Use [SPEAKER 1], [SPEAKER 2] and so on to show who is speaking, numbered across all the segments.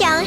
[SPEAKER 1] 有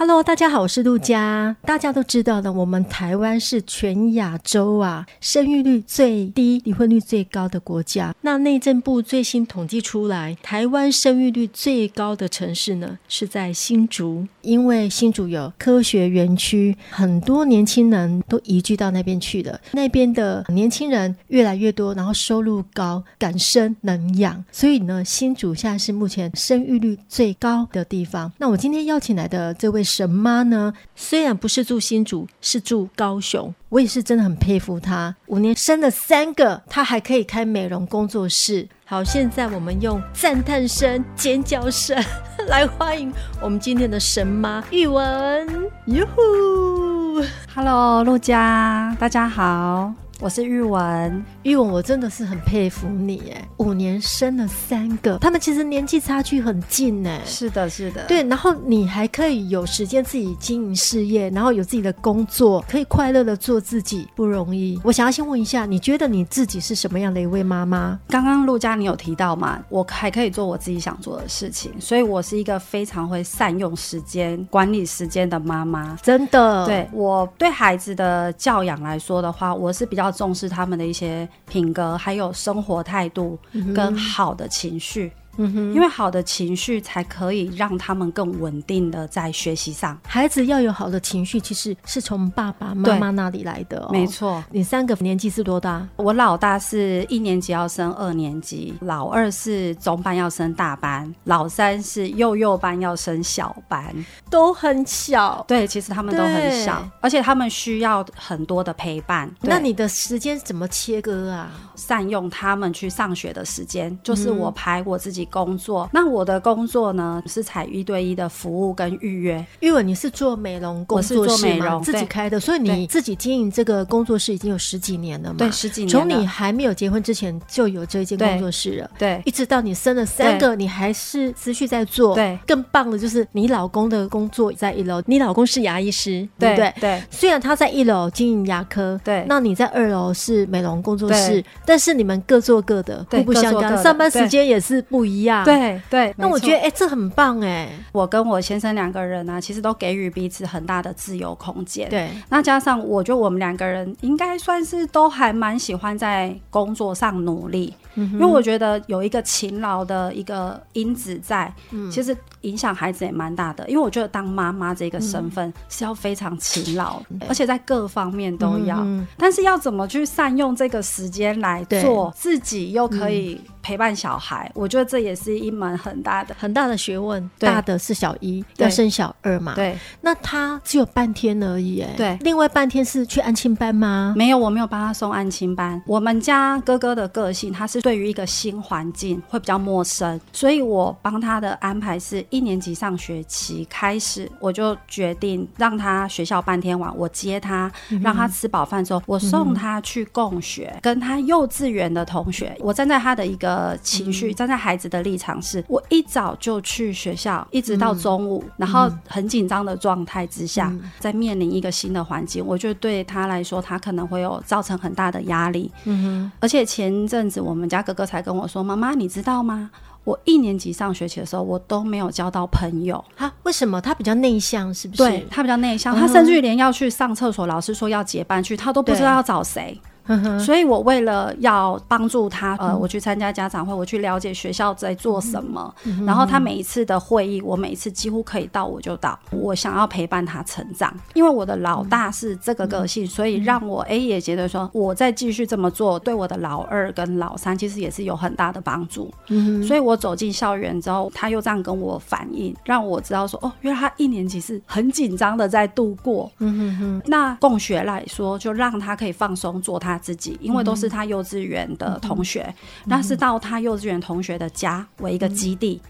[SPEAKER 2] Hello，大家好，我是陆佳。大家都知道的，我们台湾是全亚洲啊生育率最低、离婚率最高的国家。那内政部最新统计出来，台湾生育率最高的城市呢是在新竹，因为新竹有科学园区，很多年轻人都移居到那边去了。那边的年轻人越来越多，然后收入高，敢生能养，所以呢，新竹现在是目前生育率最高的地方。那我今天邀请来的这位神妈呢，虽然不是住新竹，是住高雄，我也是真的很佩服她。五年生了三个，她还可以开美容工作室。好，现在我们用赞叹声、尖叫声 来欢迎我们今天的神妈玉文，哟呼！
[SPEAKER 3] Hello，陆家，大家好，我是玉文。
[SPEAKER 2] 玉文，我真的是很佩服你哎，五年生了三个，他们其实年纪差距很近哎。
[SPEAKER 3] 是的，是的，，
[SPEAKER 2] 对，然后你还可以有时间自己经营事业，然后有自己的工作，可以快乐的做自己，不容易。我想要先问一下，你觉得你自己是什么样的一位妈妈？
[SPEAKER 3] 刚刚陆家你有提到嘛，我还可以做我自己想做的事情，所以我是一个非常会善用时间、管理时间的妈妈。
[SPEAKER 2] 真的，
[SPEAKER 3] 对我对孩子的教养来说的话，我是比较重视他们的一些品格，还有生活态度跟好的情绪。嗯哼，因为好的情绪才可以让他们更稳定的在学习上。
[SPEAKER 2] 孩子要有好的情绪，其实是从爸爸妈妈那里来的、哦。
[SPEAKER 3] 没，错，
[SPEAKER 2] 你三个年纪是多大？
[SPEAKER 3] 我老大是一年级要升二年级，老二是中班要升大班，老三是幼幼班要升小班。
[SPEAKER 2] 都很小。
[SPEAKER 3] 对，其实他们都很小
[SPEAKER 2] 对，
[SPEAKER 3] 而且他们需要很多的陪伴。
[SPEAKER 2] 那
[SPEAKER 3] 对
[SPEAKER 2] 你的时间怎么切割啊？
[SPEAKER 3] 善用他们去上学的时间，
[SPEAKER 2] 嗯
[SPEAKER 3] 就是我排我自己工作。那我的工作呢是采一对一的服务跟预约，
[SPEAKER 2] 玉文，你是做美容工作
[SPEAKER 3] 我是
[SPEAKER 2] 室
[SPEAKER 3] 做美
[SPEAKER 2] 吗
[SPEAKER 3] 容
[SPEAKER 2] 自己
[SPEAKER 3] 对
[SPEAKER 2] 开的，所以你
[SPEAKER 3] 对
[SPEAKER 2] 自己经营这个工作室已经有十几年了嘛？
[SPEAKER 3] 对，十几年了。
[SPEAKER 2] 从你还没有结婚之前就有这一间
[SPEAKER 3] 对
[SPEAKER 2] 工作室了。
[SPEAKER 3] 对
[SPEAKER 2] 一直到你生了三个，你还是持续在做。
[SPEAKER 3] 对
[SPEAKER 2] 更棒的就是你老公的工作在一楼，你老公是牙医师， 对
[SPEAKER 3] 对
[SPEAKER 2] 不对？
[SPEAKER 3] 对
[SPEAKER 2] 虽然他在一楼经营牙科，
[SPEAKER 3] 对
[SPEAKER 2] 那你在二楼是美容工作室
[SPEAKER 3] 对，
[SPEAKER 2] 但是你们各做各的，
[SPEAKER 3] 对
[SPEAKER 2] 互不相
[SPEAKER 3] 各做各
[SPEAKER 2] 干，
[SPEAKER 3] 的
[SPEAKER 2] 上班时间也是不一样。，
[SPEAKER 3] 对对，
[SPEAKER 2] 那
[SPEAKER 3] 没
[SPEAKER 2] 我
[SPEAKER 3] 错
[SPEAKER 2] 觉得哎，这很棒哎，
[SPEAKER 3] 我跟我先生两个人呢、其实都给予彼此很大的自由空间。
[SPEAKER 2] 对，
[SPEAKER 3] 那加上，我觉得我们两个人应该算是都还蛮喜欢在工作上努力，
[SPEAKER 2] 嗯
[SPEAKER 3] 因为我觉得有一个勤劳的一个因子在，
[SPEAKER 2] 嗯
[SPEAKER 3] 其实影响孩子也蛮大的。因为我觉得当妈妈这个身
[SPEAKER 2] 嗯
[SPEAKER 3] 份是要非常勤劳，而且在各方面都要。
[SPEAKER 2] 嗯
[SPEAKER 3] 但是要怎么去善用这个时间来
[SPEAKER 2] 对嗯
[SPEAKER 3] 做自己，又可以陪伴小孩，我觉得这也是一门很大的。
[SPEAKER 2] 很大的学问，
[SPEAKER 3] 对
[SPEAKER 2] 大的是小一，
[SPEAKER 3] 对
[SPEAKER 2] 要升小二嘛。
[SPEAKER 3] 对，
[SPEAKER 2] 那他只有半天而已，哎，
[SPEAKER 3] 对
[SPEAKER 2] 另外半天是去安亲班吗？
[SPEAKER 3] 没有，我没有帮他送安亲班。我们家哥哥的个性，他是对于一个新环境会比较陌生，所以我帮他的安排是一年级上学期开始，我就决定让他学校半天玩，我接他，让他吃饱饭之后，我送他去共学，跟他幼稚园的同学。我站在他的一个情
[SPEAKER 2] 嗯
[SPEAKER 3] 绪，站在孩子的立场是，我一早就去学校，一直到中午，
[SPEAKER 2] 嗯
[SPEAKER 3] 然后很紧张的状态之下，在面临一个新的环境，我觉得对他来说，他可能会有造成很大的压力。
[SPEAKER 2] 嗯
[SPEAKER 3] 而且前阵子我们家哥哥才跟我说：“妈妈，你知道吗？我一年级上学期的时候，我都没有交到朋友。”
[SPEAKER 2] 哼，啊，为什么他比较内向？是不是？嗯
[SPEAKER 3] 对，他比较内向，他甚至于连要去上厕所，老师说要结伴去，他都不知道要找谁。
[SPEAKER 2] 嗯哼，
[SPEAKER 3] 所以我为了要帮助他，呃，我去参加家长会，我去了解学校在做什么。然后他每一次的会议，我每一次几乎可以到我就到。我想要陪伴他成长，因为我的老大是这个个性，所以让我 A 也觉得说，我再继续这么做，对我的老二跟老三其实也是有很大的帮助。
[SPEAKER 2] 嗯
[SPEAKER 3] 所以我走进校园之后，他又这样跟我反映，让我知道说，哦，原来他一年级是很紧张的在度过。
[SPEAKER 2] 嗯
[SPEAKER 3] 那共学来说，就让他可以放松做他自己，因为都是他幼稚园的同学，那是到他幼稚园同学的家嗯为一个基地。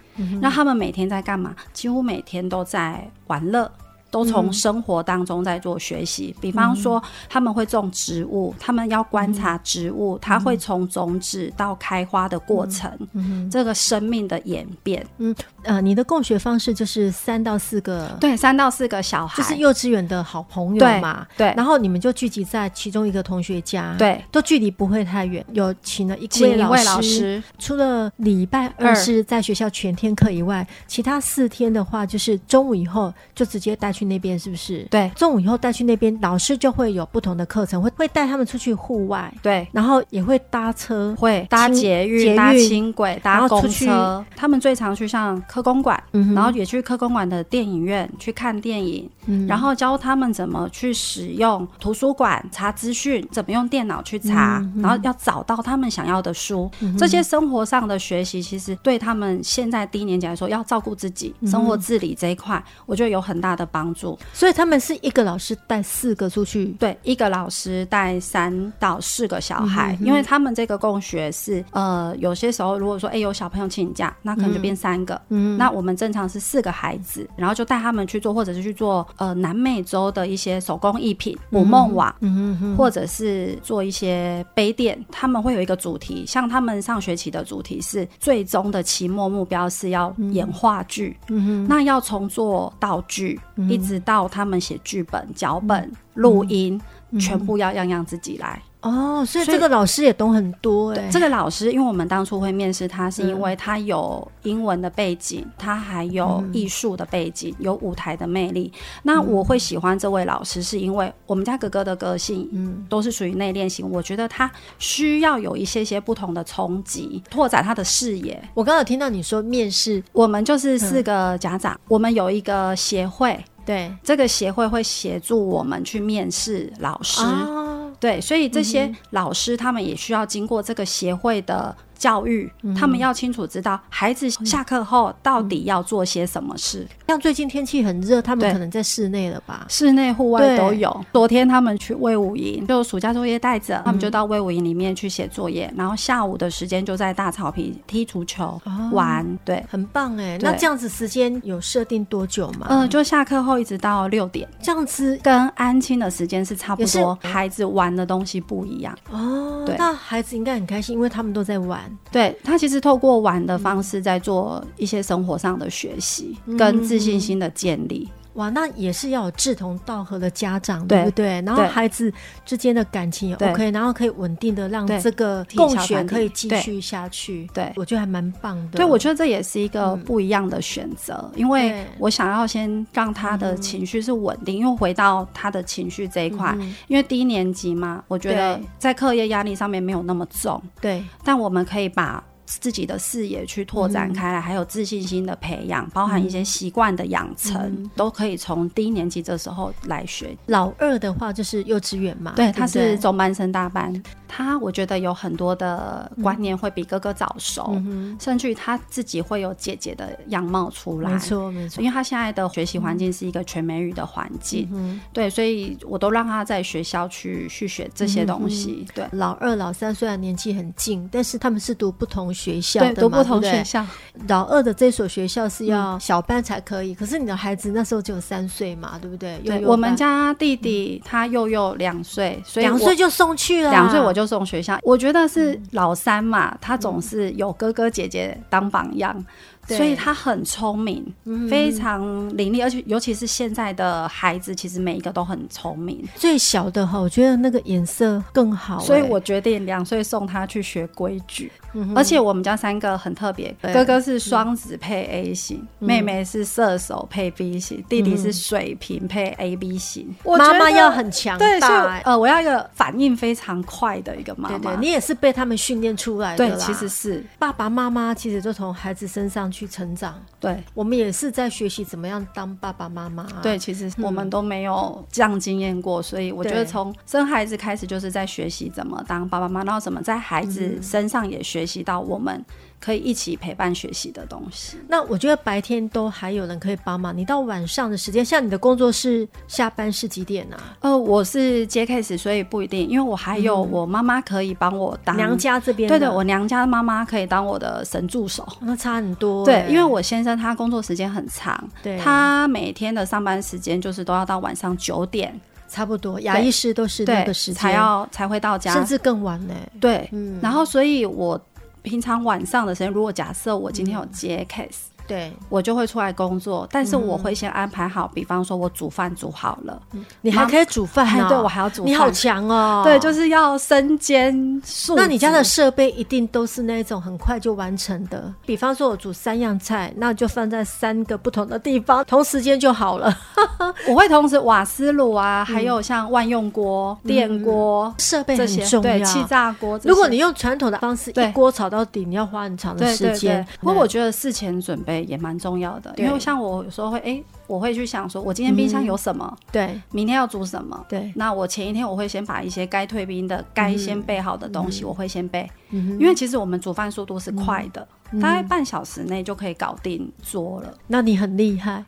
[SPEAKER 3] 那他们每天在干嘛？几乎每天都在玩乐。都从生活当中在做学习。比方说，他们会种植物，他们要观察植物，他会从种子到开花的过程，这个生命的演变。
[SPEAKER 2] 嗯，呃，你的共学方式就是三到四个，，
[SPEAKER 3] 对，三到四个小孩，
[SPEAKER 2] 就是幼稚园的好朋友
[SPEAKER 3] 对
[SPEAKER 2] 嘛。
[SPEAKER 3] 对
[SPEAKER 2] 然后你们就聚集在其中一个同学家，，
[SPEAKER 3] 对，
[SPEAKER 2] 都距离不会太远。有请了一
[SPEAKER 3] 请一位
[SPEAKER 2] 老
[SPEAKER 3] 老师，
[SPEAKER 2] 除了礼拜二
[SPEAKER 3] 二
[SPEAKER 2] 是在学校全天课以外，其他四天的话，就是中午以后就直接带去那边，是不是？。
[SPEAKER 3] 对
[SPEAKER 2] 中午以后带去那边，老师就会有不同的课程，会会带他们出去户外，
[SPEAKER 3] 对。
[SPEAKER 2] 然后也会搭车，
[SPEAKER 3] 会搭
[SPEAKER 2] 轻
[SPEAKER 3] 捷
[SPEAKER 2] 捷
[SPEAKER 3] 运、搭
[SPEAKER 2] 运
[SPEAKER 3] 轻
[SPEAKER 2] 然
[SPEAKER 3] 轨、搭
[SPEAKER 2] 后出
[SPEAKER 3] 公
[SPEAKER 2] 去
[SPEAKER 3] 车，他们最常去像科公馆，
[SPEAKER 2] 嗯哼
[SPEAKER 3] 然后也去科公馆的电影院去看电影，
[SPEAKER 2] 嗯
[SPEAKER 3] 然后教他们怎么去使用图书馆查资讯，怎么用电脑去查，然后要找到他们想要的书。这些生活上的学习，其实对他们现在低年级来说，要照顾自己、生活自理这一块，我觉得有很大的帮助。
[SPEAKER 2] 所以他们是一个老师带四个出去，
[SPEAKER 3] 对，一个老师带三到四个小孩，
[SPEAKER 2] 嗯
[SPEAKER 3] 因为他们这个共学是呃，有些时候如果说哎、诶有小朋友请假，那可能就变三个。嗯，那我们正常是四个孩子，然后就带他们去做，或者是去做呃南美洲的一些手工艺品、捕梦网，
[SPEAKER 2] 嗯哼
[SPEAKER 3] 或者是做一些杯垫。他们会有一个主题，像他们上学期的主题是最终的期末目标是要演话剧。
[SPEAKER 2] 嗯哼，
[SPEAKER 3] 那要从做道具，一直到他们写剧本、脚本、录音，全部要样样自己来。
[SPEAKER 2] 哦，所以
[SPEAKER 3] 所以
[SPEAKER 2] 这个老师也懂很多哎、
[SPEAKER 3] 这个老师，因为我们当初会面试他，是因为他有英文的背景，他还有艺术的背景，有舞台的魅力。那我会喜欢这位老师，是因为我们家哥哥的个性，嗯，都是属于内敛型，我觉得他需要有一些些不同的冲击，拓展他的视野。
[SPEAKER 2] 我刚刚有听到你说面试，
[SPEAKER 3] 我们就是四个家长，我们有一个协会，
[SPEAKER 2] 对，
[SPEAKER 3] 这个协会会协助我们去面试老师，
[SPEAKER 2] 啊，
[SPEAKER 3] 对，所以这些老师他们也需要经过这个协会的教育，
[SPEAKER 2] 嗯
[SPEAKER 3] 他们要清楚知道孩子下课后到底要做些什么事，
[SPEAKER 2] 像最近天气很热，他们
[SPEAKER 3] 对
[SPEAKER 2] 可能在室内了吧？
[SPEAKER 3] 室内、户外
[SPEAKER 2] 对嗯
[SPEAKER 3] 都有。昨天他们去魏武营，就暑假作业带着，他们就到魏武营里面去写作业，然后下午的时间就在大草坪踢足球、
[SPEAKER 2] 哦
[SPEAKER 3] 玩，对。
[SPEAKER 2] 很棒嗯哎、
[SPEAKER 3] 对
[SPEAKER 2] 那这样子时间有设定多久吗？
[SPEAKER 3] 呃，就下课后一直到六点，
[SPEAKER 2] 这样子
[SPEAKER 3] 跟安亲的时间是差不
[SPEAKER 2] 也是
[SPEAKER 3] 多，孩子玩的东西不一样。
[SPEAKER 2] 哦，
[SPEAKER 3] 对
[SPEAKER 2] 那孩子应该很开心，因为他们都在玩。
[SPEAKER 3] 对他其实透过玩的方式在做一些生活上的学习
[SPEAKER 2] 嗯
[SPEAKER 3] 跟自信心的建立。
[SPEAKER 2] 哇，那也是要有志同道合的家长，
[SPEAKER 3] 对
[SPEAKER 2] 对不对？然后
[SPEAKER 3] 对
[SPEAKER 2] 孩子之间的感情也
[SPEAKER 3] 对
[SPEAKER 2] OK，然后可以稳定的让
[SPEAKER 3] 对
[SPEAKER 2] 这个
[SPEAKER 3] 体育
[SPEAKER 2] 共
[SPEAKER 3] 小
[SPEAKER 2] 学
[SPEAKER 3] 团体
[SPEAKER 2] 可以继续下去。
[SPEAKER 3] 对
[SPEAKER 2] 我觉得还蛮棒的。
[SPEAKER 3] 对，我觉得这也是一个不一样的选择，因为
[SPEAKER 2] 对嗯
[SPEAKER 3] 我想要先让他的情绪是稳定，因为回到他的情绪这一块，因为低年级嘛，我觉得
[SPEAKER 2] 对
[SPEAKER 3] 在课业压力上面没有那么重，
[SPEAKER 2] 对，
[SPEAKER 3] 但我们可以把。自己的视野去拓
[SPEAKER 2] 嗯
[SPEAKER 3] 展开来，还有自信心的培养，包含一些习惯的养成，
[SPEAKER 2] 嗯
[SPEAKER 3] 都可以从低年级这时候来学
[SPEAKER 2] 老二的话就是幼稚园嘛，
[SPEAKER 3] 对，
[SPEAKER 2] 不
[SPEAKER 3] 他是中班升大班，他我觉得有很多的观念会比哥哥早熟，
[SPEAKER 2] 嗯
[SPEAKER 3] 甚至于他自己会有姐姐的样貌出来。
[SPEAKER 2] 没，错没错
[SPEAKER 3] 因。为他现在的学习环境是一个全美语的环境，
[SPEAKER 2] 嗯
[SPEAKER 3] 对，所以我都让他在学校去去学这些东西。对。
[SPEAKER 2] 老二、老三虽然年纪很近，但是他们是读不同学校
[SPEAKER 3] 对，
[SPEAKER 2] 的
[SPEAKER 3] 读
[SPEAKER 2] 嘛，
[SPEAKER 3] 不同
[SPEAKER 2] 对对
[SPEAKER 3] 学校，嗯
[SPEAKER 2] 老二的这所学校是要小班才可以，可是你的孩子那时候只有三岁嘛，对不对？幼
[SPEAKER 3] 对
[SPEAKER 2] 幼
[SPEAKER 3] 我们
[SPEAKER 2] 班
[SPEAKER 3] 家弟弟他幼幼两岁，所以
[SPEAKER 2] 两
[SPEAKER 3] 我
[SPEAKER 2] 岁就送去了，
[SPEAKER 3] 两岁我就送学校。我觉得
[SPEAKER 2] 嗯
[SPEAKER 3] 是老三嘛，他总是有哥哥姐姐当榜样，
[SPEAKER 2] 对嗯
[SPEAKER 3] 所以他很聪明，非常伶俐，而且尤其是现在的孩子，其实每一个都很聪明。
[SPEAKER 2] 最小的哈，我觉得那个颜色更好欸、
[SPEAKER 3] 所以我决定两岁送他去学规矩，
[SPEAKER 2] 嗯
[SPEAKER 3] 而且我们家三个很特别，哥哥是双子配
[SPEAKER 2] 嗯
[SPEAKER 3] A 型，妹妹是射手配 B 型，弟弟是水瓶配 AB 型。我觉
[SPEAKER 2] 嗯妈
[SPEAKER 3] 得
[SPEAKER 2] 妈要很强
[SPEAKER 3] 对，所以
[SPEAKER 2] 大欸、
[SPEAKER 3] 呃，我要一个反应非常快的一个妈
[SPEAKER 2] 对
[SPEAKER 3] 妈
[SPEAKER 2] 对，。你也是被他们训练出来的
[SPEAKER 3] 对
[SPEAKER 2] 啦。，
[SPEAKER 3] 其实是
[SPEAKER 2] 爸爸妈妈其实就从孩子身上去成长，
[SPEAKER 3] 对。
[SPEAKER 2] 我们也是在学习怎么样当爸爸妈妈、啊。
[SPEAKER 3] 对，其实嗯我们都没有这样经验过，所以我觉
[SPEAKER 2] 对
[SPEAKER 3] 得从生孩子嗯开始就是在学习怎么当爸爸妈妈，然后怎么在孩子身上也学习到我们可以一起陪伴学习的东西。
[SPEAKER 2] 那我觉得白天都还有人可以帮忙，你到晚上的时间，像你的工作室下班是几点啊？
[SPEAKER 3] 呃，我是接 case，所以不一定，因为我还有我妈妈可以帮我当
[SPEAKER 2] 娘家这边
[SPEAKER 3] 对
[SPEAKER 2] 的
[SPEAKER 3] 的，我娘家妈妈可以当我的神助手。
[SPEAKER 2] 那差很多欸、
[SPEAKER 3] 对，因为我先生他工作时间很长，
[SPEAKER 2] 对
[SPEAKER 3] 他每天的上班时间就是都要到晚上九点，
[SPEAKER 2] 差不多牙医师都是那个时间，
[SPEAKER 3] 才要才会到家，
[SPEAKER 2] 甚至更晚呢、
[SPEAKER 3] 对，
[SPEAKER 2] 嗯
[SPEAKER 3] 然后所以我平常晚上的时间，如果假设我今天有
[SPEAKER 2] 嗯
[SPEAKER 3] 接 case，、
[SPEAKER 2] 对，
[SPEAKER 3] 我就会出来工作，但是我会先安排好，比方说我煮饭煮好了，
[SPEAKER 2] 你还
[SPEAKER 3] 妈
[SPEAKER 2] 可以煮饭呢、
[SPEAKER 3] 哎对我还要煮饭
[SPEAKER 2] 嗯哦你好强哦、
[SPEAKER 3] 对，就是要身兼数职。
[SPEAKER 2] 那你家的设备一定都是那种很快就完成的，比方说我煮三样菜，那就放在三个不同的地方，同时间就好了。
[SPEAKER 3] 我会同时瓦斯炉啊，还有像万用锅、电锅
[SPEAKER 2] 设备嗯
[SPEAKER 3] 这
[SPEAKER 2] 很
[SPEAKER 3] 些，
[SPEAKER 2] 重
[SPEAKER 3] 对，
[SPEAKER 2] 要。
[SPEAKER 3] 气炸锅这些。
[SPEAKER 2] 如果你用传统的方式
[SPEAKER 3] 对
[SPEAKER 2] 一锅炒到底，你要花很长的
[SPEAKER 3] 对
[SPEAKER 2] 时
[SPEAKER 3] 对
[SPEAKER 2] 间
[SPEAKER 3] 对。，不过我
[SPEAKER 2] 对
[SPEAKER 3] 觉得事前准备也蛮重要的，
[SPEAKER 2] 对嗯
[SPEAKER 3] 因为像我有时候会，哎，我会去想说，我今天冰箱有什么，
[SPEAKER 2] 对
[SPEAKER 3] 明天要煮什么。
[SPEAKER 2] 对，
[SPEAKER 3] 那我前一天我会先把一些该退冰的、该先备好的东西，我会先备，
[SPEAKER 2] 嗯哼嗯
[SPEAKER 3] 因为其实我们煮饭速度是快的，大概半小时内就可以搞定桌了。
[SPEAKER 2] 那你很厉害。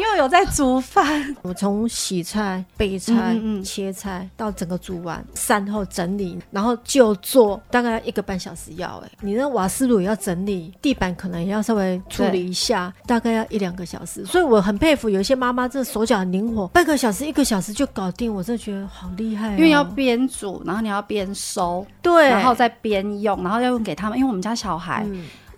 [SPEAKER 3] 因为有在煮饭，
[SPEAKER 2] 我从洗菜、备菜、
[SPEAKER 3] 嗯嗯嗯
[SPEAKER 2] 切菜到整个煮完，善后整理，然后就做，大概一个半小时要、欸。哎，你那瓦斯炉也要整理，地板可能也要稍微处理一下，大概要一两个小时。所以我很佩服有一些妈妈，这手脚很灵活，半个小时、一个小时就搞定，我真的觉得好厉害哦、
[SPEAKER 3] 因为要边煮，然后你要边收，
[SPEAKER 2] 对，嗯
[SPEAKER 3] 然后再边用，然后要用给他们，因为我们家小孩。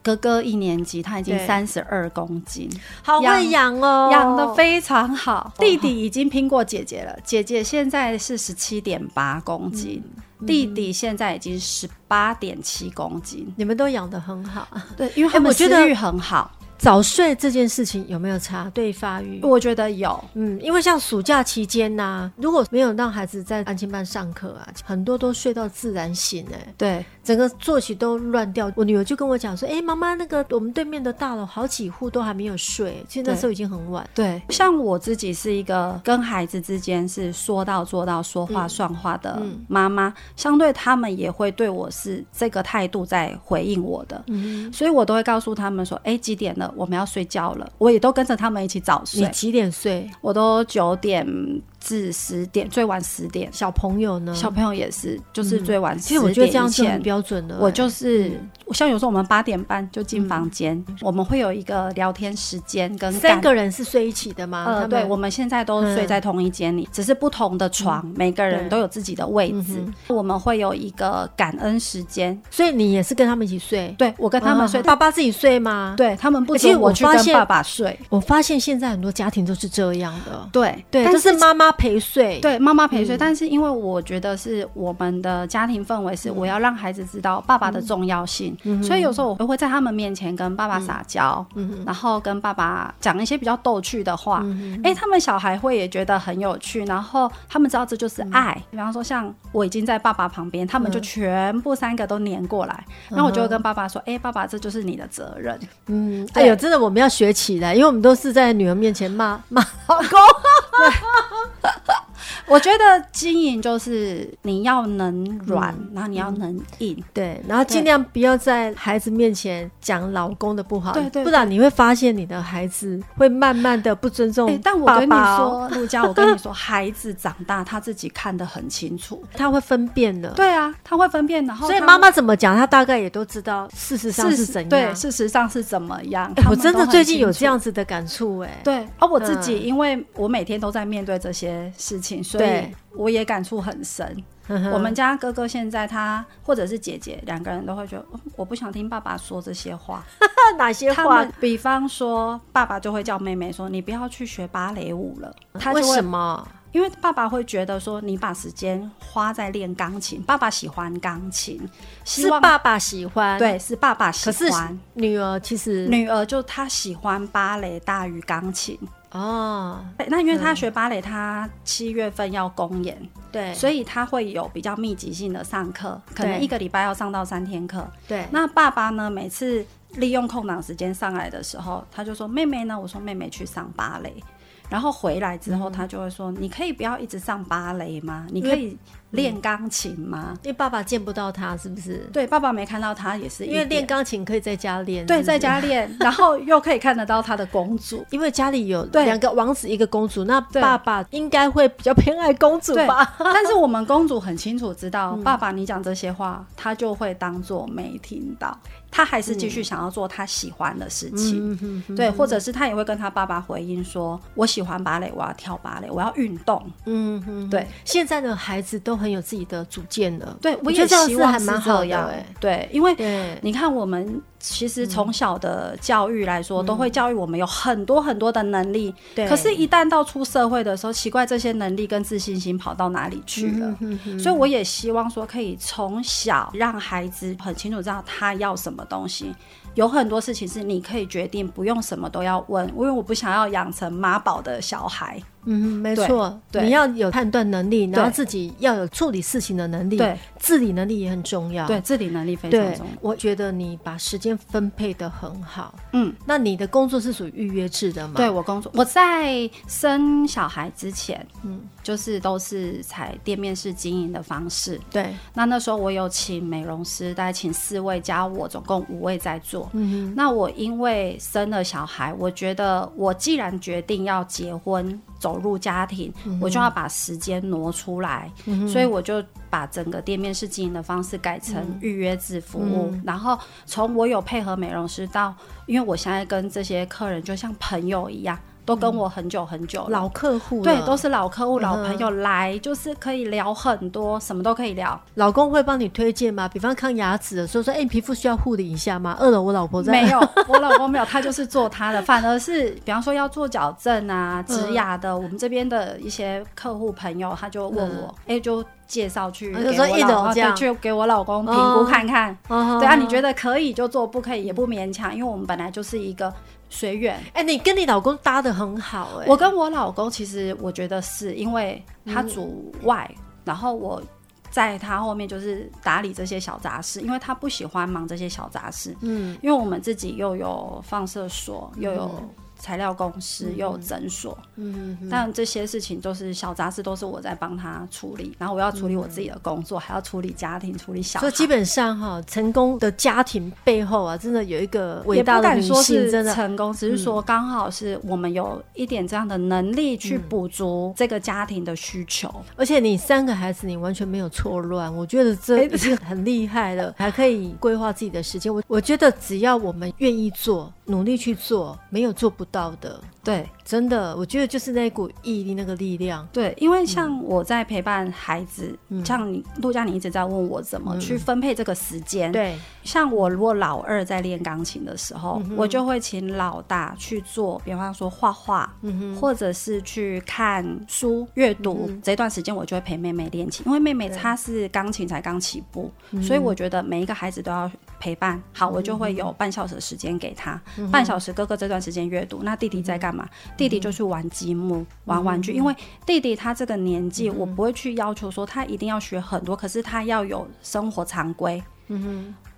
[SPEAKER 3] 哥哥一年级，他已经
[SPEAKER 2] 对
[SPEAKER 3] 三十二公斤，
[SPEAKER 2] 好会养哦，
[SPEAKER 3] 养的非常好。弟弟已经拼过姐姐了，姐姐现在是十七点八公斤，
[SPEAKER 2] 嗯
[SPEAKER 3] 弟弟现在已经十八点七公斤。
[SPEAKER 2] 你们都养的很好。
[SPEAKER 3] 对，因为他
[SPEAKER 2] 哎我
[SPEAKER 3] 们
[SPEAKER 2] 觉
[SPEAKER 3] 食
[SPEAKER 2] 得
[SPEAKER 3] 欲很好，
[SPEAKER 2] 早睡这件事情有没有差对发育？
[SPEAKER 3] 我觉得有。
[SPEAKER 2] 嗯，因为像暑假期间呐、如果没有让孩子在安亲班上课啊，很多都睡到自然醒、欸，
[SPEAKER 3] 对，
[SPEAKER 2] 整个作息都乱掉。我女儿就跟我讲说：“哎、妈妈，那个我们对面的大楼好几户都还没有睡，其实那时候已经很晚。
[SPEAKER 3] 对，像我自己是一个跟孩子之间是说到做到、说话算话的妈妈，相对他们也会对我是这个态度在回应我的，所以我都会告诉他们说：“哎，几点了？我们要睡觉了。”我也都跟着他们一起早
[SPEAKER 2] 你
[SPEAKER 3] 睡，
[SPEAKER 2] 几点睡？
[SPEAKER 3] 我都九点至十点，最晚十点。
[SPEAKER 2] 小朋友呢？
[SPEAKER 3] 小朋友也是，就是最晚
[SPEAKER 2] 其实
[SPEAKER 3] 十
[SPEAKER 2] 我觉得
[SPEAKER 3] 点
[SPEAKER 2] 这样
[SPEAKER 3] 以
[SPEAKER 2] 就很
[SPEAKER 3] 前。
[SPEAKER 2] 标准了、
[SPEAKER 3] 我就是，
[SPEAKER 2] 嗯
[SPEAKER 3] 像有时候我们八点半就进房间，我们会有一个聊天时间跟
[SPEAKER 2] 三
[SPEAKER 3] 感
[SPEAKER 2] 个人是睡一起的吗？
[SPEAKER 3] 呃，
[SPEAKER 2] 他们嗯
[SPEAKER 3] 对，我们现在都睡在同一间里，只是不同的床，每个人
[SPEAKER 2] 对
[SPEAKER 3] 都有自己的位置。我们会有一个感恩时间，
[SPEAKER 2] 所以你也是跟他们一起睡，
[SPEAKER 3] 对我跟他们睡，
[SPEAKER 2] 啊爸爸自己睡吗？。
[SPEAKER 3] 对他们不
[SPEAKER 2] 欸其实
[SPEAKER 3] 准
[SPEAKER 2] 我
[SPEAKER 3] 去
[SPEAKER 2] 发
[SPEAKER 3] 跟
[SPEAKER 2] 现
[SPEAKER 3] 爸爸睡，
[SPEAKER 2] 我发现现在很多家庭都是这样的，
[SPEAKER 3] 对
[SPEAKER 2] 对，
[SPEAKER 3] 但
[SPEAKER 2] 都
[SPEAKER 3] 是
[SPEAKER 2] 是妈妈陪睡，
[SPEAKER 3] 对妈妈陪睡，但是因为我觉得是我们的家庭氛围是我要让孩子知道爸爸的重要性，所以有时候我会在他们面前跟爸爸撒娇，然后跟爸爸讲一些比较逗趣的话，哎、他们小孩会也觉得很有趣，然后他们知道这就是爱。比方说像我已经在爸爸旁边，他们就全部三个都黏过来，然后我就会跟爸爸说，哎、爸爸这就是你的责任，
[SPEAKER 2] 嗯，哎
[SPEAKER 3] 对
[SPEAKER 2] 呦，真的我们要学起来，因为我们都是在女儿面前骂 骂老公。
[SPEAKER 3] 我觉得经营就是你要能软，然后你要能硬。
[SPEAKER 2] 对，然后尽量不要在孩子面前讲老公的不好，
[SPEAKER 3] 对对
[SPEAKER 2] 不然你会发现你的孩子会慢慢的不尊重
[SPEAKER 3] 哎、但我
[SPEAKER 2] 爸
[SPEAKER 3] 跟你
[SPEAKER 2] 爸哦，
[SPEAKER 3] 说，陆佳，我跟你说，孩子长大他自己看得很清楚。
[SPEAKER 2] 他会分辨的。
[SPEAKER 3] 对啊，他会分辨，然后
[SPEAKER 2] 所以
[SPEAKER 3] 他
[SPEAKER 2] 妈妈怎么讲，他大概也都知道，事实上是
[SPEAKER 3] 事
[SPEAKER 2] 怎样。
[SPEAKER 3] 对，事实上是怎么样？
[SPEAKER 2] 哎
[SPEAKER 3] 他
[SPEAKER 2] 我
[SPEAKER 3] 们
[SPEAKER 2] 真的
[SPEAKER 3] 都很
[SPEAKER 2] 最近有
[SPEAKER 3] 清楚
[SPEAKER 2] 这样。子的感触哎、
[SPEAKER 3] 对，而、我自己，
[SPEAKER 2] 嗯
[SPEAKER 3] 因为我每天都在面对这些事情，所以
[SPEAKER 2] 对
[SPEAKER 3] 我也感触很深。
[SPEAKER 2] 嗯哼
[SPEAKER 3] 我们家哥哥现在他或者是姐姐两个人都会觉得，哦我不想听爸爸说这些话。
[SPEAKER 2] 那哪些
[SPEAKER 3] 他
[SPEAKER 2] 话
[SPEAKER 3] 们？比方说，爸爸就会叫妹妹说：“你不要去学芭蕾舞了。”他就
[SPEAKER 2] 为
[SPEAKER 3] 会
[SPEAKER 2] 什么？
[SPEAKER 3] 因为爸爸会觉得说，你把时间花在练钢琴，爸爸喜欢钢琴，希
[SPEAKER 2] 是
[SPEAKER 3] 望
[SPEAKER 2] 爸爸喜欢，，
[SPEAKER 3] 对是爸爸喜
[SPEAKER 2] 可是
[SPEAKER 3] 欢。
[SPEAKER 2] 女儿其实
[SPEAKER 3] 女儿就她喜欢芭蕾大于钢琴，
[SPEAKER 2] 哦，
[SPEAKER 3] 对那因为她学芭蕾，她七月份要公演，
[SPEAKER 2] 对，
[SPEAKER 3] 所以她会有比较密集性的上课，可能
[SPEAKER 2] 对
[SPEAKER 3] 一个礼拜要上到三天课。
[SPEAKER 2] 对，
[SPEAKER 3] 那爸爸呢，每次利用空档时间上来的时候，他就说：“妹妹呢？”我说：“妹妹去上芭蕾。”然后回来之后，他就会说：“你可以不要一直上芭蕾吗？
[SPEAKER 2] 嗯
[SPEAKER 3] 你可以练钢琴吗
[SPEAKER 2] 因为爸爸见不到他，是不是？”？
[SPEAKER 3] 对，爸爸没看到他也是
[SPEAKER 2] 因为
[SPEAKER 3] 一点
[SPEAKER 2] 练钢琴可以在家练，是
[SPEAKER 3] 对
[SPEAKER 2] 不是
[SPEAKER 3] 在家练，然后又可以看得到他的公主。
[SPEAKER 2] 因为家里有
[SPEAKER 3] 对
[SPEAKER 2] 两个王子一个公主，那
[SPEAKER 3] 对
[SPEAKER 2] 爸爸应该会比较偏爱公主
[SPEAKER 3] 对，
[SPEAKER 2] 吧？
[SPEAKER 3] 但是我们公主很清楚 知道，爸爸你讲这些话，她就会当做没听到，她还是继
[SPEAKER 2] 嗯
[SPEAKER 3] 续想要做她喜欢的事情。对，或者是她也会跟她爸爸回应说：“我喜欢芭蕾，我要跳芭蕾，我要运动。
[SPEAKER 2] 嗯嗯，
[SPEAKER 3] 对
[SPEAKER 2] 现在的孩子都很有自己的主见了，
[SPEAKER 3] 对，
[SPEAKER 2] 我
[SPEAKER 3] 我
[SPEAKER 2] 觉得
[SPEAKER 3] 也
[SPEAKER 2] 这嗯样
[SPEAKER 3] 希
[SPEAKER 2] 是
[SPEAKER 3] 望
[SPEAKER 2] 还
[SPEAKER 3] 是
[SPEAKER 2] 蛮
[SPEAKER 3] 这
[SPEAKER 2] 好的
[SPEAKER 3] 样
[SPEAKER 2] 欸
[SPEAKER 3] 对，因为
[SPEAKER 2] 对嗯
[SPEAKER 3] 你看，我们其实从小的教育来说，都会教育我们有很多很多的能力。
[SPEAKER 2] 对
[SPEAKER 3] 可是，一旦到出社会的时候，奇怪这些能力跟自信心跑到哪里
[SPEAKER 2] 嗯
[SPEAKER 3] 去了？所以，我也希望说，可以从小让孩子很清楚知道他要什么东西。有很多事情是你可以决定，不用什么都要问，因为我不想要养成妈宝的小孩。
[SPEAKER 2] 嗯，没
[SPEAKER 3] 对
[SPEAKER 2] 错，
[SPEAKER 3] 对
[SPEAKER 2] 你要有判断能力，然后
[SPEAKER 3] 对
[SPEAKER 2] 自己要有处理事情的能力，
[SPEAKER 3] 对，
[SPEAKER 2] 自理能力也很重要，
[SPEAKER 3] 对，。自理能力非常
[SPEAKER 2] 对
[SPEAKER 3] 重要。，
[SPEAKER 2] 我觉得你把时间分配的很好。
[SPEAKER 3] 嗯，
[SPEAKER 2] 那你的工作是属于预约制的吗？
[SPEAKER 3] 对，我工作，我在生小孩之前，嗯，就是都是采店面式经营的方式。
[SPEAKER 2] 对，
[SPEAKER 3] 那那时候我有请美容师，大概请四位加我，总共五位在做。嗯，那我因为生了小孩，我觉得我既然决定要结婚，走入家庭，
[SPEAKER 2] 嗯
[SPEAKER 3] 我就要把时间挪出来，所以我就把整个店面式经营的方式改成
[SPEAKER 2] 嗯
[SPEAKER 3] 预约制服务。然后从我有配合美容师到，因为我现在跟这些客人就像朋友一样，都跟我很久很久了。
[SPEAKER 2] 老客户
[SPEAKER 3] 对，
[SPEAKER 2] 了嗯
[SPEAKER 3] 都是老客户、老朋友来，就是可以聊很多，什么都可以聊。
[SPEAKER 2] 老公会帮你推荐吗？比方抗牙齿的时候说，哎、你皮肤需要护理一下吗？二楼我老婆 在
[SPEAKER 3] 没有，我老公没有，他就是做他的，反而是比方说要做矫正啊、
[SPEAKER 2] 嗯
[SPEAKER 3] 植牙的，我们这边的一些客户朋友，他就问我，哎、就介绍去
[SPEAKER 2] 嗯啊就
[SPEAKER 3] 给
[SPEAKER 2] 说
[SPEAKER 3] 我
[SPEAKER 2] 一
[SPEAKER 3] 老
[SPEAKER 2] 种
[SPEAKER 3] 公，
[SPEAKER 2] 这样
[SPEAKER 3] 对，去给我老公评估看看。
[SPEAKER 2] 哦
[SPEAKER 3] 对啊，你觉得可以就做，不可以也不勉强，因为我们本来就是一个随缘。
[SPEAKER 2] 哎、你跟你老公搭的很好哎、
[SPEAKER 3] 我跟我老公其实我觉得是因为他主外，然后我在他后面就是打理这些小杂事，因为他不喜欢忙这些小杂事。
[SPEAKER 2] 嗯，
[SPEAKER 3] 因为我们自己又有放射所，又有材料公司，又有诊所，
[SPEAKER 2] 嗯，
[SPEAKER 3] 但这些事情都是小杂事，都是我在帮他处理。然后我要处理我自己的工作，还要处理家庭，处理小
[SPEAKER 2] 所
[SPEAKER 3] 孩。
[SPEAKER 2] 以基本上哈，成功的家庭背后啊，真的有一个伟
[SPEAKER 3] 也
[SPEAKER 2] 大
[SPEAKER 3] 不
[SPEAKER 2] 的
[SPEAKER 3] 敢
[SPEAKER 2] 女
[SPEAKER 3] 说
[SPEAKER 2] 性，
[SPEAKER 3] 是
[SPEAKER 2] 真的嗯
[SPEAKER 3] 成功，只是说刚好是我们有一点这样的能力去
[SPEAKER 2] 嗯
[SPEAKER 3] 补足这个家庭的需求。
[SPEAKER 2] 而且你三个孩子，你完全没有错乱，我觉得这已经很厉害了， 还可以规划自己的时间。我我觉得只要我们愿意做，努力去做，没有做不到的。
[SPEAKER 3] 对
[SPEAKER 2] 真的，我觉得就是那股毅力、那个力量。
[SPEAKER 3] 对，因为
[SPEAKER 2] 嗯
[SPEAKER 3] 像我在陪伴孩子，像你陆佳，你一直在问我怎么去分配这个时
[SPEAKER 2] 嗯
[SPEAKER 3] 间。
[SPEAKER 2] 对，
[SPEAKER 3] 像我如果老二在练钢琴的时候，我就会请老大去做，比方说画画，或者是去看书阅读。这段时间我就会陪妹妹练琴，因为妹妹她是钢琴才刚起步，所以我觉得每一个孩子都要陪伴。好，我就会有半小时的时间给他，半小时哥哥这段时间阅读，那弟弟在干嘛？弟弟就去玩积木、玩玩具，因为弟弟他这个年纪，我不会去要求说他一定要学很多，可是他要有生活常规。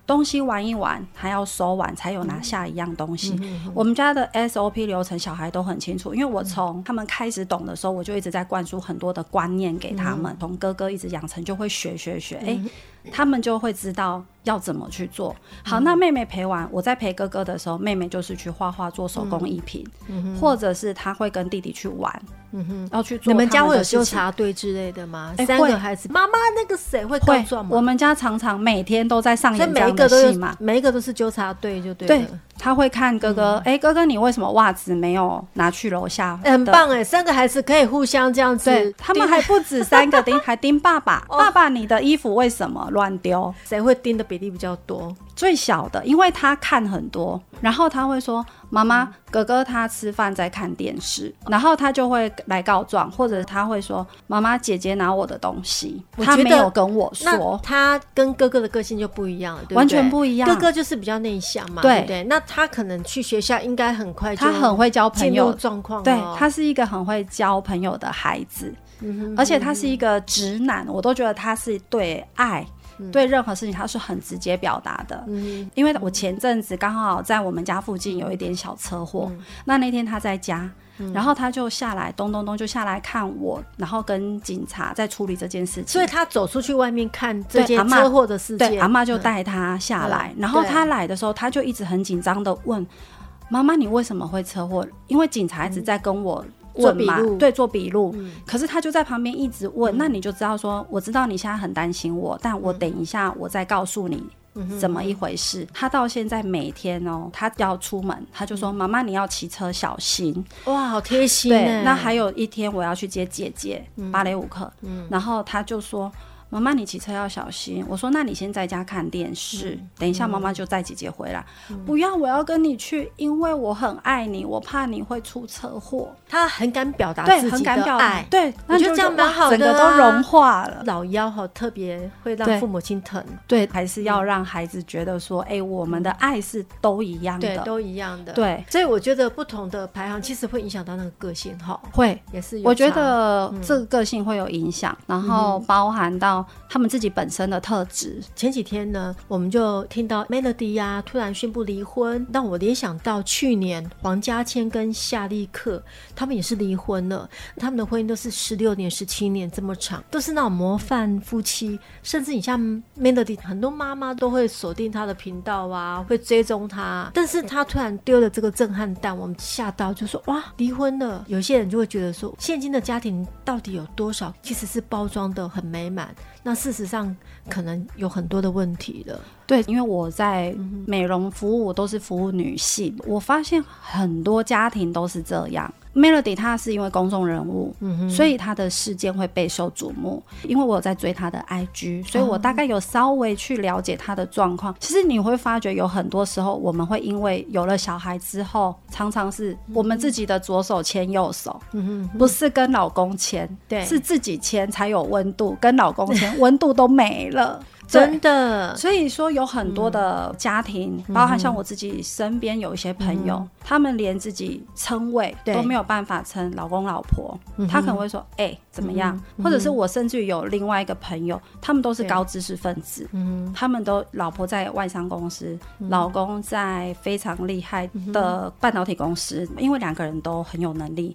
[SPEAKER 3] 东西玩一玩，还要收完才有拿下一样东
[SPEAKER 2] 嗯
[SPEAKER 3] 西。我们家的 SOP 流程小孩都很清楚，因为我从他们开始懂的时候，我就一直在灌输很多的观念给他
[SPEAKER 2] 嗯
[SPEAKER 3] 们，从哥哥一直养成就会学学学，哎、他们就会知道要怎么去做。
[SPEAKER 2] 嗯
[SPEAKER 3] 好，那妹妹陪完，我在陪哥哥的时候，妹妹就是去画画、做手工艺品，或者是她会跟弟弟去玩，嗯哼，要去
[SPEAKER 2] 嗯
[SPEAKER 3] 做
[SPEAKER 2] 你们家
[SPEAKER 3] 他
[SPEAKER 2] 会有
[SPEAKER 3] 的事
[SPEAKER 2] 纠
[SPEAKER 3] 情
[SPEAKER 2] 察队之类的吗？
[SPEAKER 3] 哎
[SPEAKER 2] 三个
[SPEAKER 3] 会
[SPEAKER 2] 孩子，妈妈那个谁会告
[SPEAKER 3] 会
[SPEAKER 2] 状，
[SPEAKER 3] 我
[SPEAKER 2] 吗？
[SPEAKER 3] 们家常常每天都在上
[SPEAKER 2] 所以
[SPEAKER 3] 演这
[SPEAKER 2] 每一
[SPEAKER 3] 样
[SPEAKER 2] 个
[SPEAKER 3] 的
[SPEAKER 2] 都
[SPEAKER 3] 戏
[SPEAKER 2] 有
[SPEAKER 3] 嘛，。
[SPEAKER 2] 每一个都是纠察队，就对
[SPEAKER 3] 对
[SPEAKER 2] 了。，
[SPEAKER 3] 他会看哥哥，哎、哥哥，你为什么袜子没有拿去楼下？
[SPEAKER 2] 哎很。棒哎，三个孩子可以互相这样
[SPEAKER 3] 对
[SPEAKER 2] 子，
[SPEAKER 3] 他们还不止三 个盯，还盯爸爸。
[SPEAKER 2] 哦
[SPEAKER 3] 爸爸，你的衣服为什么乱丢？
[SPEAKER 2] 谁会盯的比例比较多？
[SPEAKER 3] 最小的，因为他看很多，然后他会说：“妈妈，
[SPEAKER 2] 嗯
[SPEAKER 3] 哥哥他吃饭在看电视。”然后他就会来告状，或者他会说：“妈妈，姐姐拿我的东西。”
[SPEAKER 2] 我
[SPEAKER 3] 他
[SPEAKER 2] 觉
[SPEAKER 3] 没
[SPEAKER 2] 得
[SPEAKER 3] 有跟我
[SPEAKER 2] 那
[SPEAKER 3] 说，
[SPEAKER 2] 他跟哥哥的个性就不一样了，对对
[SPEAKER 3] 完全不一样
[SPEAKER 2] 哥哥就是比较内向嘛，
[SPEAKER 3] 对
[SPEAKER 2] 对不对？那他可能去学校应该很快就
[SPEAKER 3] 他很会交朋
[SPEAKER 2] 进入
[SPEAKER 3] 友，
[SPEAKER 2] 状况了
[SPEAKER 3] 对
[SPEAKER 2] 哦，
[SPEAKER 3] 他是一个很会交朋
[SPEAKER 2] 嗯
[SPEAKER 3] 友的孩子，而且他是一个直男，我都觉得他是对爱。对任何事情他是很直接表达的。
[SPEAKER 2] 嗯
[SPEAKER 3] 因为我前阵子刚好在我们家附近有一点小车祸，那那天他在家。然后他就下来，咚咚咚就下来看我，然后跟警察在处理这件事情。
[SPEAKER 2] 所以他走出去外面看这
[SPEAKER 3] 对
[SPEAKER 2] 件
[SPEAKER 3] 阿嬷
[SPEAKER 2] 车祸的事件，
[SPEAKER 3] 对，阿妈就带他下来，
[SPEAKER 2] 嗯
[SPEAKER 3] 然后
[SPEAKER 2] 对
[SPEAKER 3] 他来的时候，他就一直很紧张的问妈妈：“你为什么会车祸？”因为警察一直在跟我。
[SPEAKER 2] 嗯做
[SPEAKER 3] 问嘛
[SPEAKER 2] 笔录，嗯
[SPEAKER 3] 对，做笔录。可是他就在旁边一直问，那你就知道说，我知道你现在很担心我，但我等一下我再告诉你
[SPEAKER 2] 嗯
[SPEAKER 3] 怎么一回事。他到现在每天哦，他要出门，他就说：“
[SPEAKER 2] 嗯
[SPEAKER 3] 妈妈，你要骑车小心。”
[SPEAKER 2] 哇，好贴心
[SPEAKER 3] 对
[SPEAKER 2] 哎，
[SPEAKER 3] 那还有一天我要去接姐姐、
[SPEAKER 2] 嗯
[SPEAKER 3] 芭蕾舞课，然后他就说。妈妈，你骑车要小心。我说，那你先在家看电视，
[SPEAKER 2] 嗯
[SPEAKER 3] 等一下妈妈就载姐姐回来。不要，我要跟你去，因为我很爱你，我怕你会出车祸。
[SPEAKER 2] 他很敢表达
[SPEAKER 3] 对
[SPEAKER 2] 啊自，
[SPEAKER 3] 很
[SPEAKER 2] 己
[SPEAKER 3] 敢
[SPEAKER 2] 的
[SPEAKER 3] 表达
[SPEAKER 2] 爱，。
[SPEAKER 3] 对，那
[SPEAKER 2] 我觉
[SPEAKER 3] 就
[SPEAKER 2] 得这样
[SPEAKER 3] 觉
[SPEAKER 2] 蛮
[SPEAKER 3] 哇
[SPEAKER 2] 好
[SPEAKER 3] 整
[SPEAKER 2] 的
[SPEAKER 3] 个都
[SPEAKER 2] 啊
[SPEAKER 3] 融化了。
[SPEAKER 2] 老幺哈特别会让
[SPEAKER 3] 对
[SPEAKER 2] 父母亲疼，
[SPEAKER 3] 对，还是要让孩子觉得说，哎、我们的爱是都一样
[SPEAKER 2] 对，
[SPEAKER 3] 的。
[SPEAKER 2] 都一样的。，
[SPEAKER 3] 对，
[SPEAKER 2] 所以我觉得不同的排行其实会影响到那个个性哈，
[SPEAKER 3] 会。
[SPEAKER 2] 也是有
[SPEAKER 3] 我觉
[SPEAKER 2] 差嗯
[SPEAKER 3] 得这个个性会有影响，然后包含到他们自己本身的特质，
[SPEAKER 2] 前几天呢，我们就听到 Melody 呀、突然宣布离婚，让我联想到去年黄家千跟夏利克他们也是离婚了，他们的婚姻都是十六年、十七年这么长，都是那种模范夫妻，甚至你像 Melody，很多妈妈都会锁定她的频道啊，会追踪她，但是她突然丢了这个震撼弹，我们吓到，就说哇，离婚了。有些人就会觉得说，现今的家庭到底有多少其实是包装的很美满，那事实上可能有很多的问题了。
[SPEAKER 3] 对，因为我在
[SPEAKER 2] 嗯
[SPEAKER 3] 美容服务都是服务女性，我发现很多家庭都是这样。Melody 她是因为公众人物，
[SPEAKER 2] 嗯
[SPEAKER 3] 所以她的事件会备受瞩目。因为我有在追她的 IG，所以我大
[SPEAKER 2] 哦
[SPEAKER 3] 概有稍微去了解她的状况。其实你会发觉，有很多时候我们会因为有了小孩之后，常常是我们
[SPEAKER 2] 嗯
[SPEAKER 3] 自己的左手牵右手，不是跟老公牵，
[SPEAKER 2] 对
[SPEAKER 3] 是自己牵才有温度，跟老公牵温度都 没了。对
[SPEAKER 2] 真的，
[SPEAKER 3] 所以说有很多
[SPEAKER 2] 嗯
[SPEAKER 3] 的家庭，包含像我自己身边有一些朋友，他们连自己称谓
[SPEAKER 2] 嗯对嗯
[SPEAKER 3] 都没有办法称老公老婆，他可能会说哎、怎么样，或者是我甚至于有另外一个朋友，他们都是
[SPEAKER 2] 对
[SPEAKER 3] 高知识分子，
[SPEAKER 2] 嗯
[SPEAKER 3] 他们都老婆在外商公司，老公在非常厉害
[SPEAKER 2] 嗯
[SPEAKER 3] 的半导体公司，因为两个人都很有能力，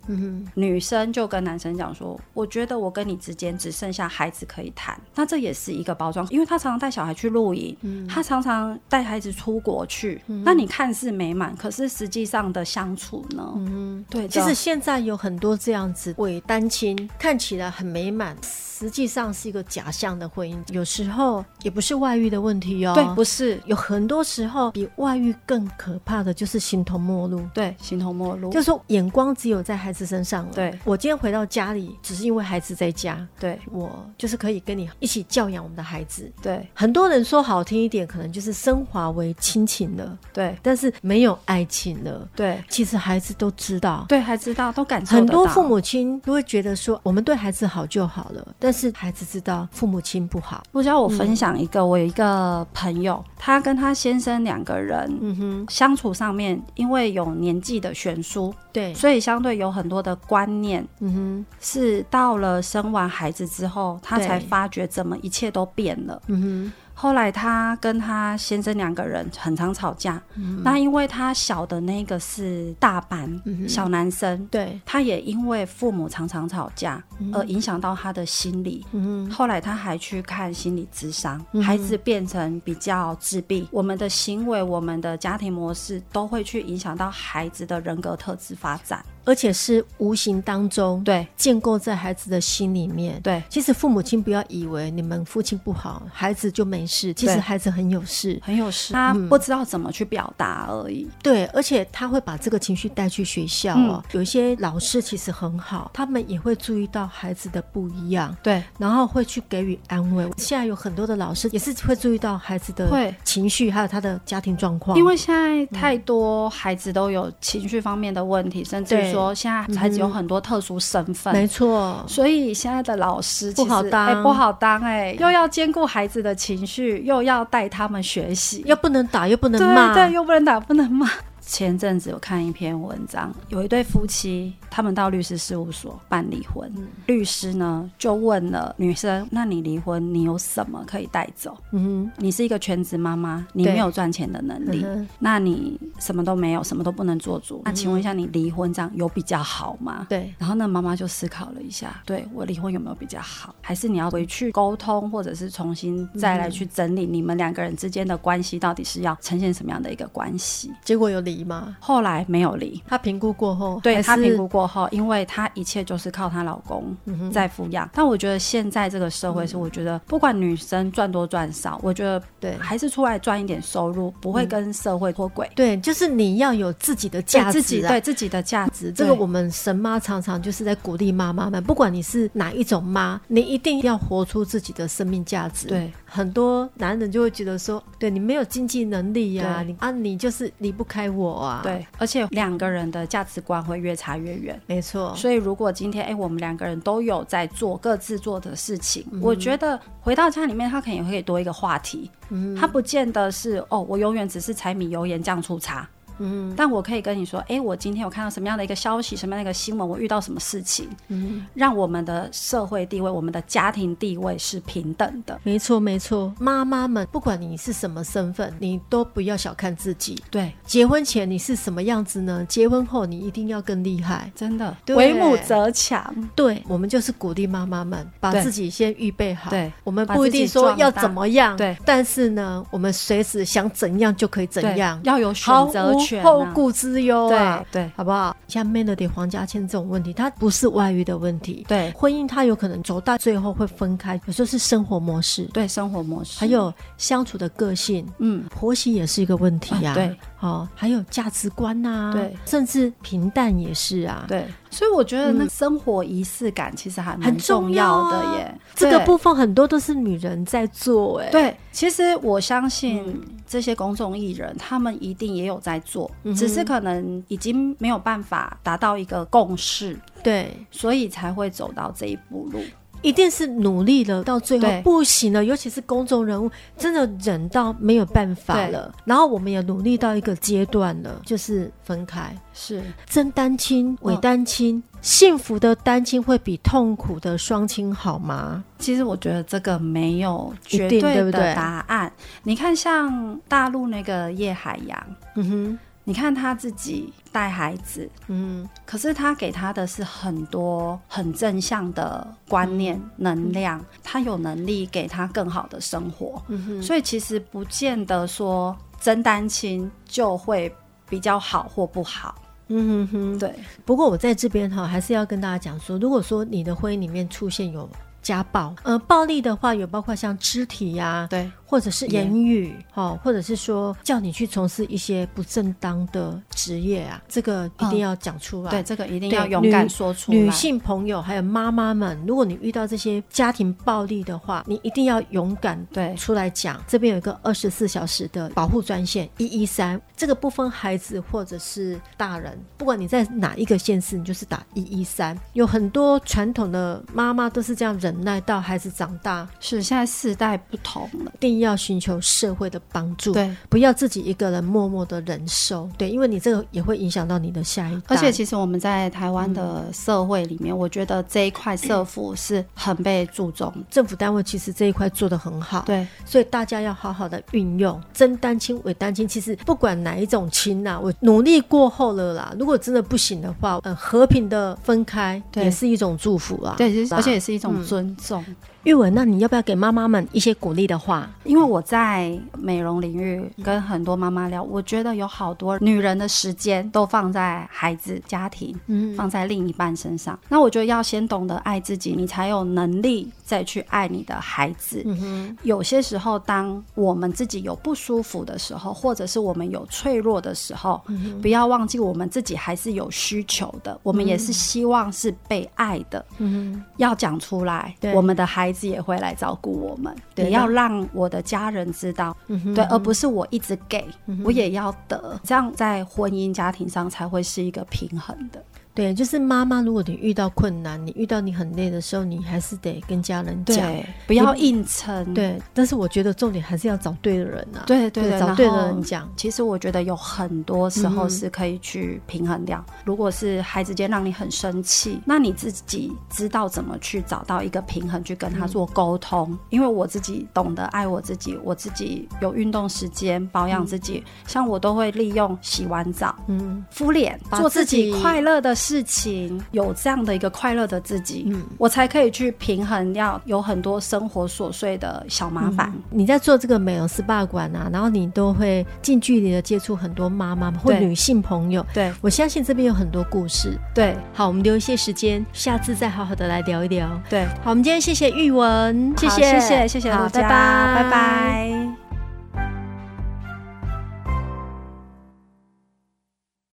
[SPEAKER 3] 女生就跟男生讲说，我觉得我跟你之间只剩下孩子可以谈，那这也是一个包装，因为他常常带小孩去露营，
[SPEAKER 2] 嗯
[SPEAKER 3] 他常常带孩子出国去，那你看似美满，可是实际上的相处呢？嗯，对的，
[SPEAKER 2] 其实现在有很多这样子伪单亲，看起来很美满，实际上是一个假象的婚姻。有时候也不是外遇的问题哦，
[SPEAKER 3] 对，不是，
[SPEAKER 2] 有很多时候比外遇更可怕的就是形同陌路。
[SPEAKER 3] 对，形同陌路，
[SPEAKER 2] 就是说，眼光只有在孩子身上了。
[SPEAKER 3] 对
[SPEAKER 2] 我今天回到家里，只是因为孩子在家，
[SPEAKER 3] 对
[SPEAKER 2] 我就是可以跟你一起教养我们的孩子。
[SPEAKER 3] 对
[SPEAKER 2] 很多人说好听一点，可能就是升华为亲情了，
[SPEAKER 3] 对
[SPEAKER 2] 但是没有爱情了。
[SPEAKER 3] 对
[SPEAKER 2] 其实孩子都知道，
[SPEAKER 3] 对，还知道都感受得
[SPEAKER 2] 很多
[SPEAKER 3] 到
[SPEAKER 2] 父母亲都会觉得说，我们对孩子好就好了，但是孩子知道父母亲不好，
[SPEAKER 3] 不知道我分享一个，我有一个朋友，她跟她先生两个人，
[SPEAKER 2] 嗯
[SPEAKER 3] 相处上面因为有年纪的悬殊，
[SPEAKER 2] 对，
[SPEAKER 3] 所以相对有很多的观念，嗯哼，是到了生完孩子之后，她
[SPEAKER 2] 对
[SPEAKER 3] 才发觉怎么一切都变了。
[SPEAKER 2] 嗯
[SPEAKER 3] 后来她跟她先生两个人很常吵架，那因为她小的那个是大班、小男生
[SPEAKER 2] 哼，，对，
[SPEAKER 3] 他也因为父母常常吵架，而影响到他的心理。
[SPEAKER 2] 嗯
[SPEAKER 3] 后来他还去看心理咨商，孩子变成比较自闭。我们的行为、我们的家庭模式都会去影响到孩子的人格特质发展。
[SPEAKER 2] 而且是无形当中
[SPEAKER 3] 对
[SPEAKER 2] 建构在孩子的心里面。
[SPEAKER 3] 对，
[SPEAKER 2] 其实父母亲不要以为你们父亲不好，孩子就没事，其实
[SPEAKER 3] 对
[SPEAKER 2] 孩子很有事。
[SPEAKER 3] 很有事，他不知道怎么去表达而已。
[SPEAKER 2] 对，而且他会把这个情绪带去学校哦。
[SPEAKER 3] 嗯
[SPEAKER 2] 有一些老师其实很好，他们也会注意到孩子的不一样。
[SPEAKER 3] 对
[SPEAKER 2] 然后会去给予安慰。现在有很多的老师也是会注意到孩子的
[SPEAKER 3] 会
[SPEAKER 2] 情绪，还有他的家庭状况。
[SPEAKER 3] 因为现在太多孩子都有情绪方面的问题，甚至
[SPEAKER 2] 对
[SPEAKER 3] 于说现在孩子有很多特殊身份，
[SPEAKER 2] 没错，
[SPEAKER 3] 所以现在的老师
[SPEAKER 2] 不
[SPEAKER 3] 其实
[SPEAKER 2] 好当
[SPEAKER 3] 哎不好当哎、又要兼顾孩子的情绪，又要带他们学习，
[SPEAKER 2] 又不能打，又不能
[SPEAKER 3] 对
[SPEAKER 2] 骂，
[SPEAKER 3] 对，又不能打不能骂，前阵子有看一篇文章，有一对夫妻，他们到律师事务所办离婚，律师呢就问了女生：“那你离婚，你有什么可以带走？
[SPEAKER 2] 嗯
[SPEAKER 3] 你是一个全职妈妈，你
[SPEAKER 2] 对
[SPEAKER 3] 没有赚钱的能力
[SPEAKER 2] 嗯哼，嗯
[SPEAKER 3] 那你什么都没有，什么都不能做主。那请问一下，你离婚这样有比较好吗？”
[SPEAKER 2] 对。
[SPEAKER 3] 然后呢，妈妈就思考了一下，对我离婚有没有比较好？还是你要回去沟通，或者是重新再来
[SPEAKER 2] 嗯
[SPEAKER 3] 去整理你们两个人之间的关系，到底是要呈现什么样的一个关系？
[SPEAKER 2] 结果有离吗？
[SPEAKER 3] 后来没有离，
[SPEAKER 2] 她评估过后，
[SPEAKER 3] 对
[SPEAKER 2] 还
[SPEAKER 3] 她
[SPEAKER 2] 是嗯
[SPEAKER 3] 评估过后，因为她一切就是靠她老公在抚养。但我觉得现在这个社会是，我觉得不管女生赚多赚少，我觉得
[SPEAKER 2] 对嗯
[SPEAKER 3] 还是出来赚一点收入，不会跟社会脱轨，
[SPEAKER 2] 对，就是你要有自己的
[SPEAKER 3] 对
[SPEAKER 2] 价值、啊，
[SPEAKER 3] 自己对自己的价值。
[SPEAKER 2] 这个
[SPEAKER 3] 对
[SPEAKER 2] 我们神妈常常就是在鼓励妈妈们，不管你是哪一种妈，你一定要活出自己的生命价值。
[SPEAKER 3] 对，
[SPEAKER 2] 很多男人就会觉得说，对你没有经济能力呀、
[SPEAKER 3] 对
[SPEAKER 2] 你啊你就是离不开我啊。，
[SPEAKER 3] 对，而且两个人的价值观会越差越远。
[SPEAKER 2] 没错。
[SPEAKER 3] 所以，如果今天哎、我们两个人都有在做各自做的事情，
[SPEAKER 2] 嗯
[SPEAKER 3] 我觉得回到家里面，他可能也会多一个话题。嗯，他不见得是哦，我永远只是柴米油盐酱醋茶。嗯，但我可以跟你说，哎、我今天有看到什么样的一个消息，什么样的一个新闻，我遇到什么事情，嗯，让我们的社会地位、我们的家庭地位是平等的。
[SPEAKER 2] 没错，没错，妈妈们，不管你是什么身份，你都不要小看自己。
[SPEAKER 3] 对，
[SPEAKER 2] 结婚前你是什么样子呢？结婚后你一定要更厉害。
[SPEAKER 3] 真的，
[SPEAKER 2] 对
[SPEAKER 3] 为母则强。
[SPEAKER 2] 对，我们就是鼓励妈妈们把
[SPEAKER 3] 对
[SPEAKER 2] 自己先预备好。
[SPEAKER 3] 对
[SPEAKER 2] 我们
[SPEAKER 3] 把
[SPEAKER 2] 不一
[SPEAKER 3] 自己
[SPEAKER 2] 定说
[SPEAKER 3] 壮
[SPEAKER 2] 要
[SPEAKER 3] 大
[SPEAKER 2] 怎么样，
[SPEAKER 3] 对，
[SPEAKER 2] 但是呢，我们随时想怎样就可以怎
[SPEAKER 3] 对
[SPEAKER 2] 样，
[SPEAKER 3] 要有选
[SPEAKER 2] 毫
[SPEAKER 3] 择
[SPEAKER 2] 无
[SPEAKER 3] 权啊
[SPEAKER 2] 后顾之忧啊，
[SPEAKER 3] 对对
[SPEAKER 2] 好不好？像 Melody 黄家千这种问题，它不是外遇的问题，
[SPEAKER 3] 对
[SPEAKER 2] 婚姻它有可能走到最后会分开，有时候是生活模式，
[SPEAKER 3] 对生活模式，
[SPEAKER 2] 还有相处的个性，
[SPEAKER 3] 嗯，
[SPEAKER 2] 婆媳也是一个问题呀、
[SPEAKER 3] 啊对，
[SPEAKER 2] 哦，还有价值观呐、
[SPEAKER 3] 对
[SPEAKER 2] 甚至平淡也是啊，
[SPEAKER 3] 对，所以我觉得那生活仪式感其实还蛮
[SPEAKER 2] 嗯很
[SPEAKER 3] 重
[SPEAKER 2] 重要啊
[SPEAKER 3] 的耶。
[SPEAKER 2] 这个
[SPEAKER 3] 对
[SPEAKER 2] 部分很多都是女人在做、哎，
[SPEAKER 3] 对，其实我相
[SPEAKER 2] 嗯
[SPEAKER 3] 信这些公众艺人，他们一定也有在做，
[SPEAKER 2] 嗯
[SPEAKER 3] 只是可能已经没有办法达到一个共识，
[SPEAKER 2] 对，
[SPEAKER 3] 所以才会走到这一步路。
[SPEAKER 2] 一定是努力了，到最后
[SPEAKER 3] 对
[SPEAKER 2] 不行了，尤其是公众人物，真的忍到没有办法了。然后我们也努力到一个阶段了，就是分开。
[SPEAKER 3] 是
[SPEAKER 2] 真单
[SPEAKER 3] 嗯
[SPEAKER 2] 亲、伪单亲，幸福的单亲会比痛苦的双亲好吗？
[SPEAKER 3] 其实我觉得这个没有绝
[SPEAKER 2] 一定对
[SPEAKER 3] 的
[SPEAKER 2] 不对
[SPEAKER 3] 答案。你看，像大陆那个叶海洋，
[SPEAKER 2] 嗯哼，
[SPEAKER 3] 你看他自己带孩子，
[SPEAKER 2] 嗯，
[SPEAKER 3] 可是他给他的是很多很正向的观念、能量，他有能力给他更好的生活，所以其实不见得说真单亲就会比较好或不好。
[SPEAKER 2] 嗯哼哼。
[SPEAKER 3] 对，
[SPEAKER 2] 不过我在这边哈，还是要跟大家讲说，如果说你的婚姻里面出现有家暴，呃，暴力的话有包括像肢体呀、
[SPEAKER 3] 对，
[SPEAKER 2] 或者是言语，哦，或者是说叫你去从事一些不正当的职业啊，这个一定要讲出来。
[SPEAKER 3] 嗯对，这个一定
[SPEAKER 2] 对
[SPEAKER 3] 要勇敢
[SPEAKER 2] 女
[SPEAKER 3] 说出来。
[SPEAKER 2] 女性朋友还有妈妈们，如果你遇到这些家庭暴力的话，你一定要勇敢
[SPEAKER 3] 对
[SPEAKER 2] 出来讲。这边有一个二十四小时的保护专线一一三，这个不分孩子或者是大人，不管你在哪一个县市，你就是打一一三。有很多传统的妈妈都是这样忍耐到孩子长大，
[SPEAKER 3] 是现在世代不同了，
[SPEAKER 2] 一定要寻求社会的帮助，
[SPEAKER 3] 对，
[SPEAKER 2] 不要自己一个人默默的忍受，对，因为你这个也会影响到你的下一代。
[SPEAKER 3] 而且其实我们在台湾的社会里面，我觉得这一块社福是很被注重的。
[SPEAKER 2] 政府单位其实这一块做得很好，
[SPEAKER 3] 对，
[SPEAKER 2] 所以大家要好好的运用真单亲、伪单亲，其实不管哪一种亲呐、我努力过后了啦。如果真的不行的话，呃，和平的分开
[SPEAKER 3] 对
[SPEAKER 2] 也是一种祝福啊。
[SPEAKER 3] 对，其实
[SPEAKER 2] 是吧
[SPEAKER 3] 而且也是一种尊重。
[SPEAKER 2] 玉文，那你要不要给妈妈们一些鼓励的话？
[SPEAKER 3] 因为我在美容领域
[SPEAKER 2] 嗯
[SPEAKER 3] 跟很多妈妈聊，我觉得有好多女人的时间都放在孩子、家庭，
[SPEAKER 2] 嗯
[SPEAKER 3] 放在另一半身上。那我觉得要先懂得爱自己，你才有能力再去爱你的孩子。
[SPEAKER 2] 嗯哼，
[SPEAKER 3] 有些时候，当我们自己有不舒服的时候，或者是我们有脆弱的时候，
[SPEAKER 2] 嗯
[SPEAKER 3] 不要忘记我们自己还是有需求的，我们也是希望是被爱的。
[SPEAKER 2] 嗯
[SPEAKER 3] 要讲出来
[SPEAKER 2] 对，
[SPEAKER 3] 我们的孩子也会来照顾我们。
[SPEAKER 2] 对嗯
[SPEAKER 3] 也要让我的家人知道，
[SPEAKER 2] 哼嗯
[SPEAKER 3] 对，而不是我一直给，我也要得，这样在婚姻家庭上才会是一个平衡的。
[SPEAKER 2] 哼，对，就是妈妈，如果你遇到困难，你遇到你很累的时候，你还是得跟家人讲。
[SPEAKER 3] 对，不要硬撑。
[SPEAKER 2] 对，但是我觉得重点还是要找对的人啊。
[SPEAKER 3] 对对
[SPEAKER 2] 找
[SPEAKER 3] 然
[SPEAKER 2] 对的
[SPEAKER 3] 后
[SPEAKER 2] 人讲。嗯
[SPEAKER 3] 其实我觉得有很多时候是可以去平衡掉。如果是孩子间让你很生气，那你自己知道怎么去找到一个平衡，去跟
[SPEAKER 2] 嗯
[SPEAKER 3] 他做沟通。因为我自己懂得爱我自己，我自己有运动时间保养自己，像我都会利用洗完澡、
[SPEAKER 2] 嗯，
[SPEAKER 3] 敷脸，
[SPEAKER 2] 把
[SPEAKER 3] 做
[SPEAKER 2] 自
[SPEAKER 3] 自己
[SPEAKER 2] 己
[SPEAKER 3] 快乐的事情，有这样的一个快乐的自己，
[SPEAKER 2] 嗯
[SPEAKER 3] 我才可以去平衡掉有很多生活琐碎的小麻烦。
[SPEAKER 2] 你在做这个美容 SPA 馆啊，然后你都会近距离的接触很多妈妈或
[SPEAKER 3] 对
[SPEAKER 2] 女性朋友。
[SPEAKER 3] 对
[SPEAKER 2] 我相信这边有很多故事。
[SPEAKER 3] 对
[SPEAKER 2] 好，我们留一些时间，下次再好好的来聊一聊。
[SPEAKER 3] 对，
[SPEAKER 2] 嗯好，我们今天谢谢玉文，谢
[SPEAKER 3] 谢
[SPEAKER 2] 谢，
[SPEAKER 3] 谢谢谢谢
[SPEAKER 2] 好
[SPEAKER 3] 陆佳，
[SPEAKER 2] 拜拜，
[SPEAKER 3] 拜拜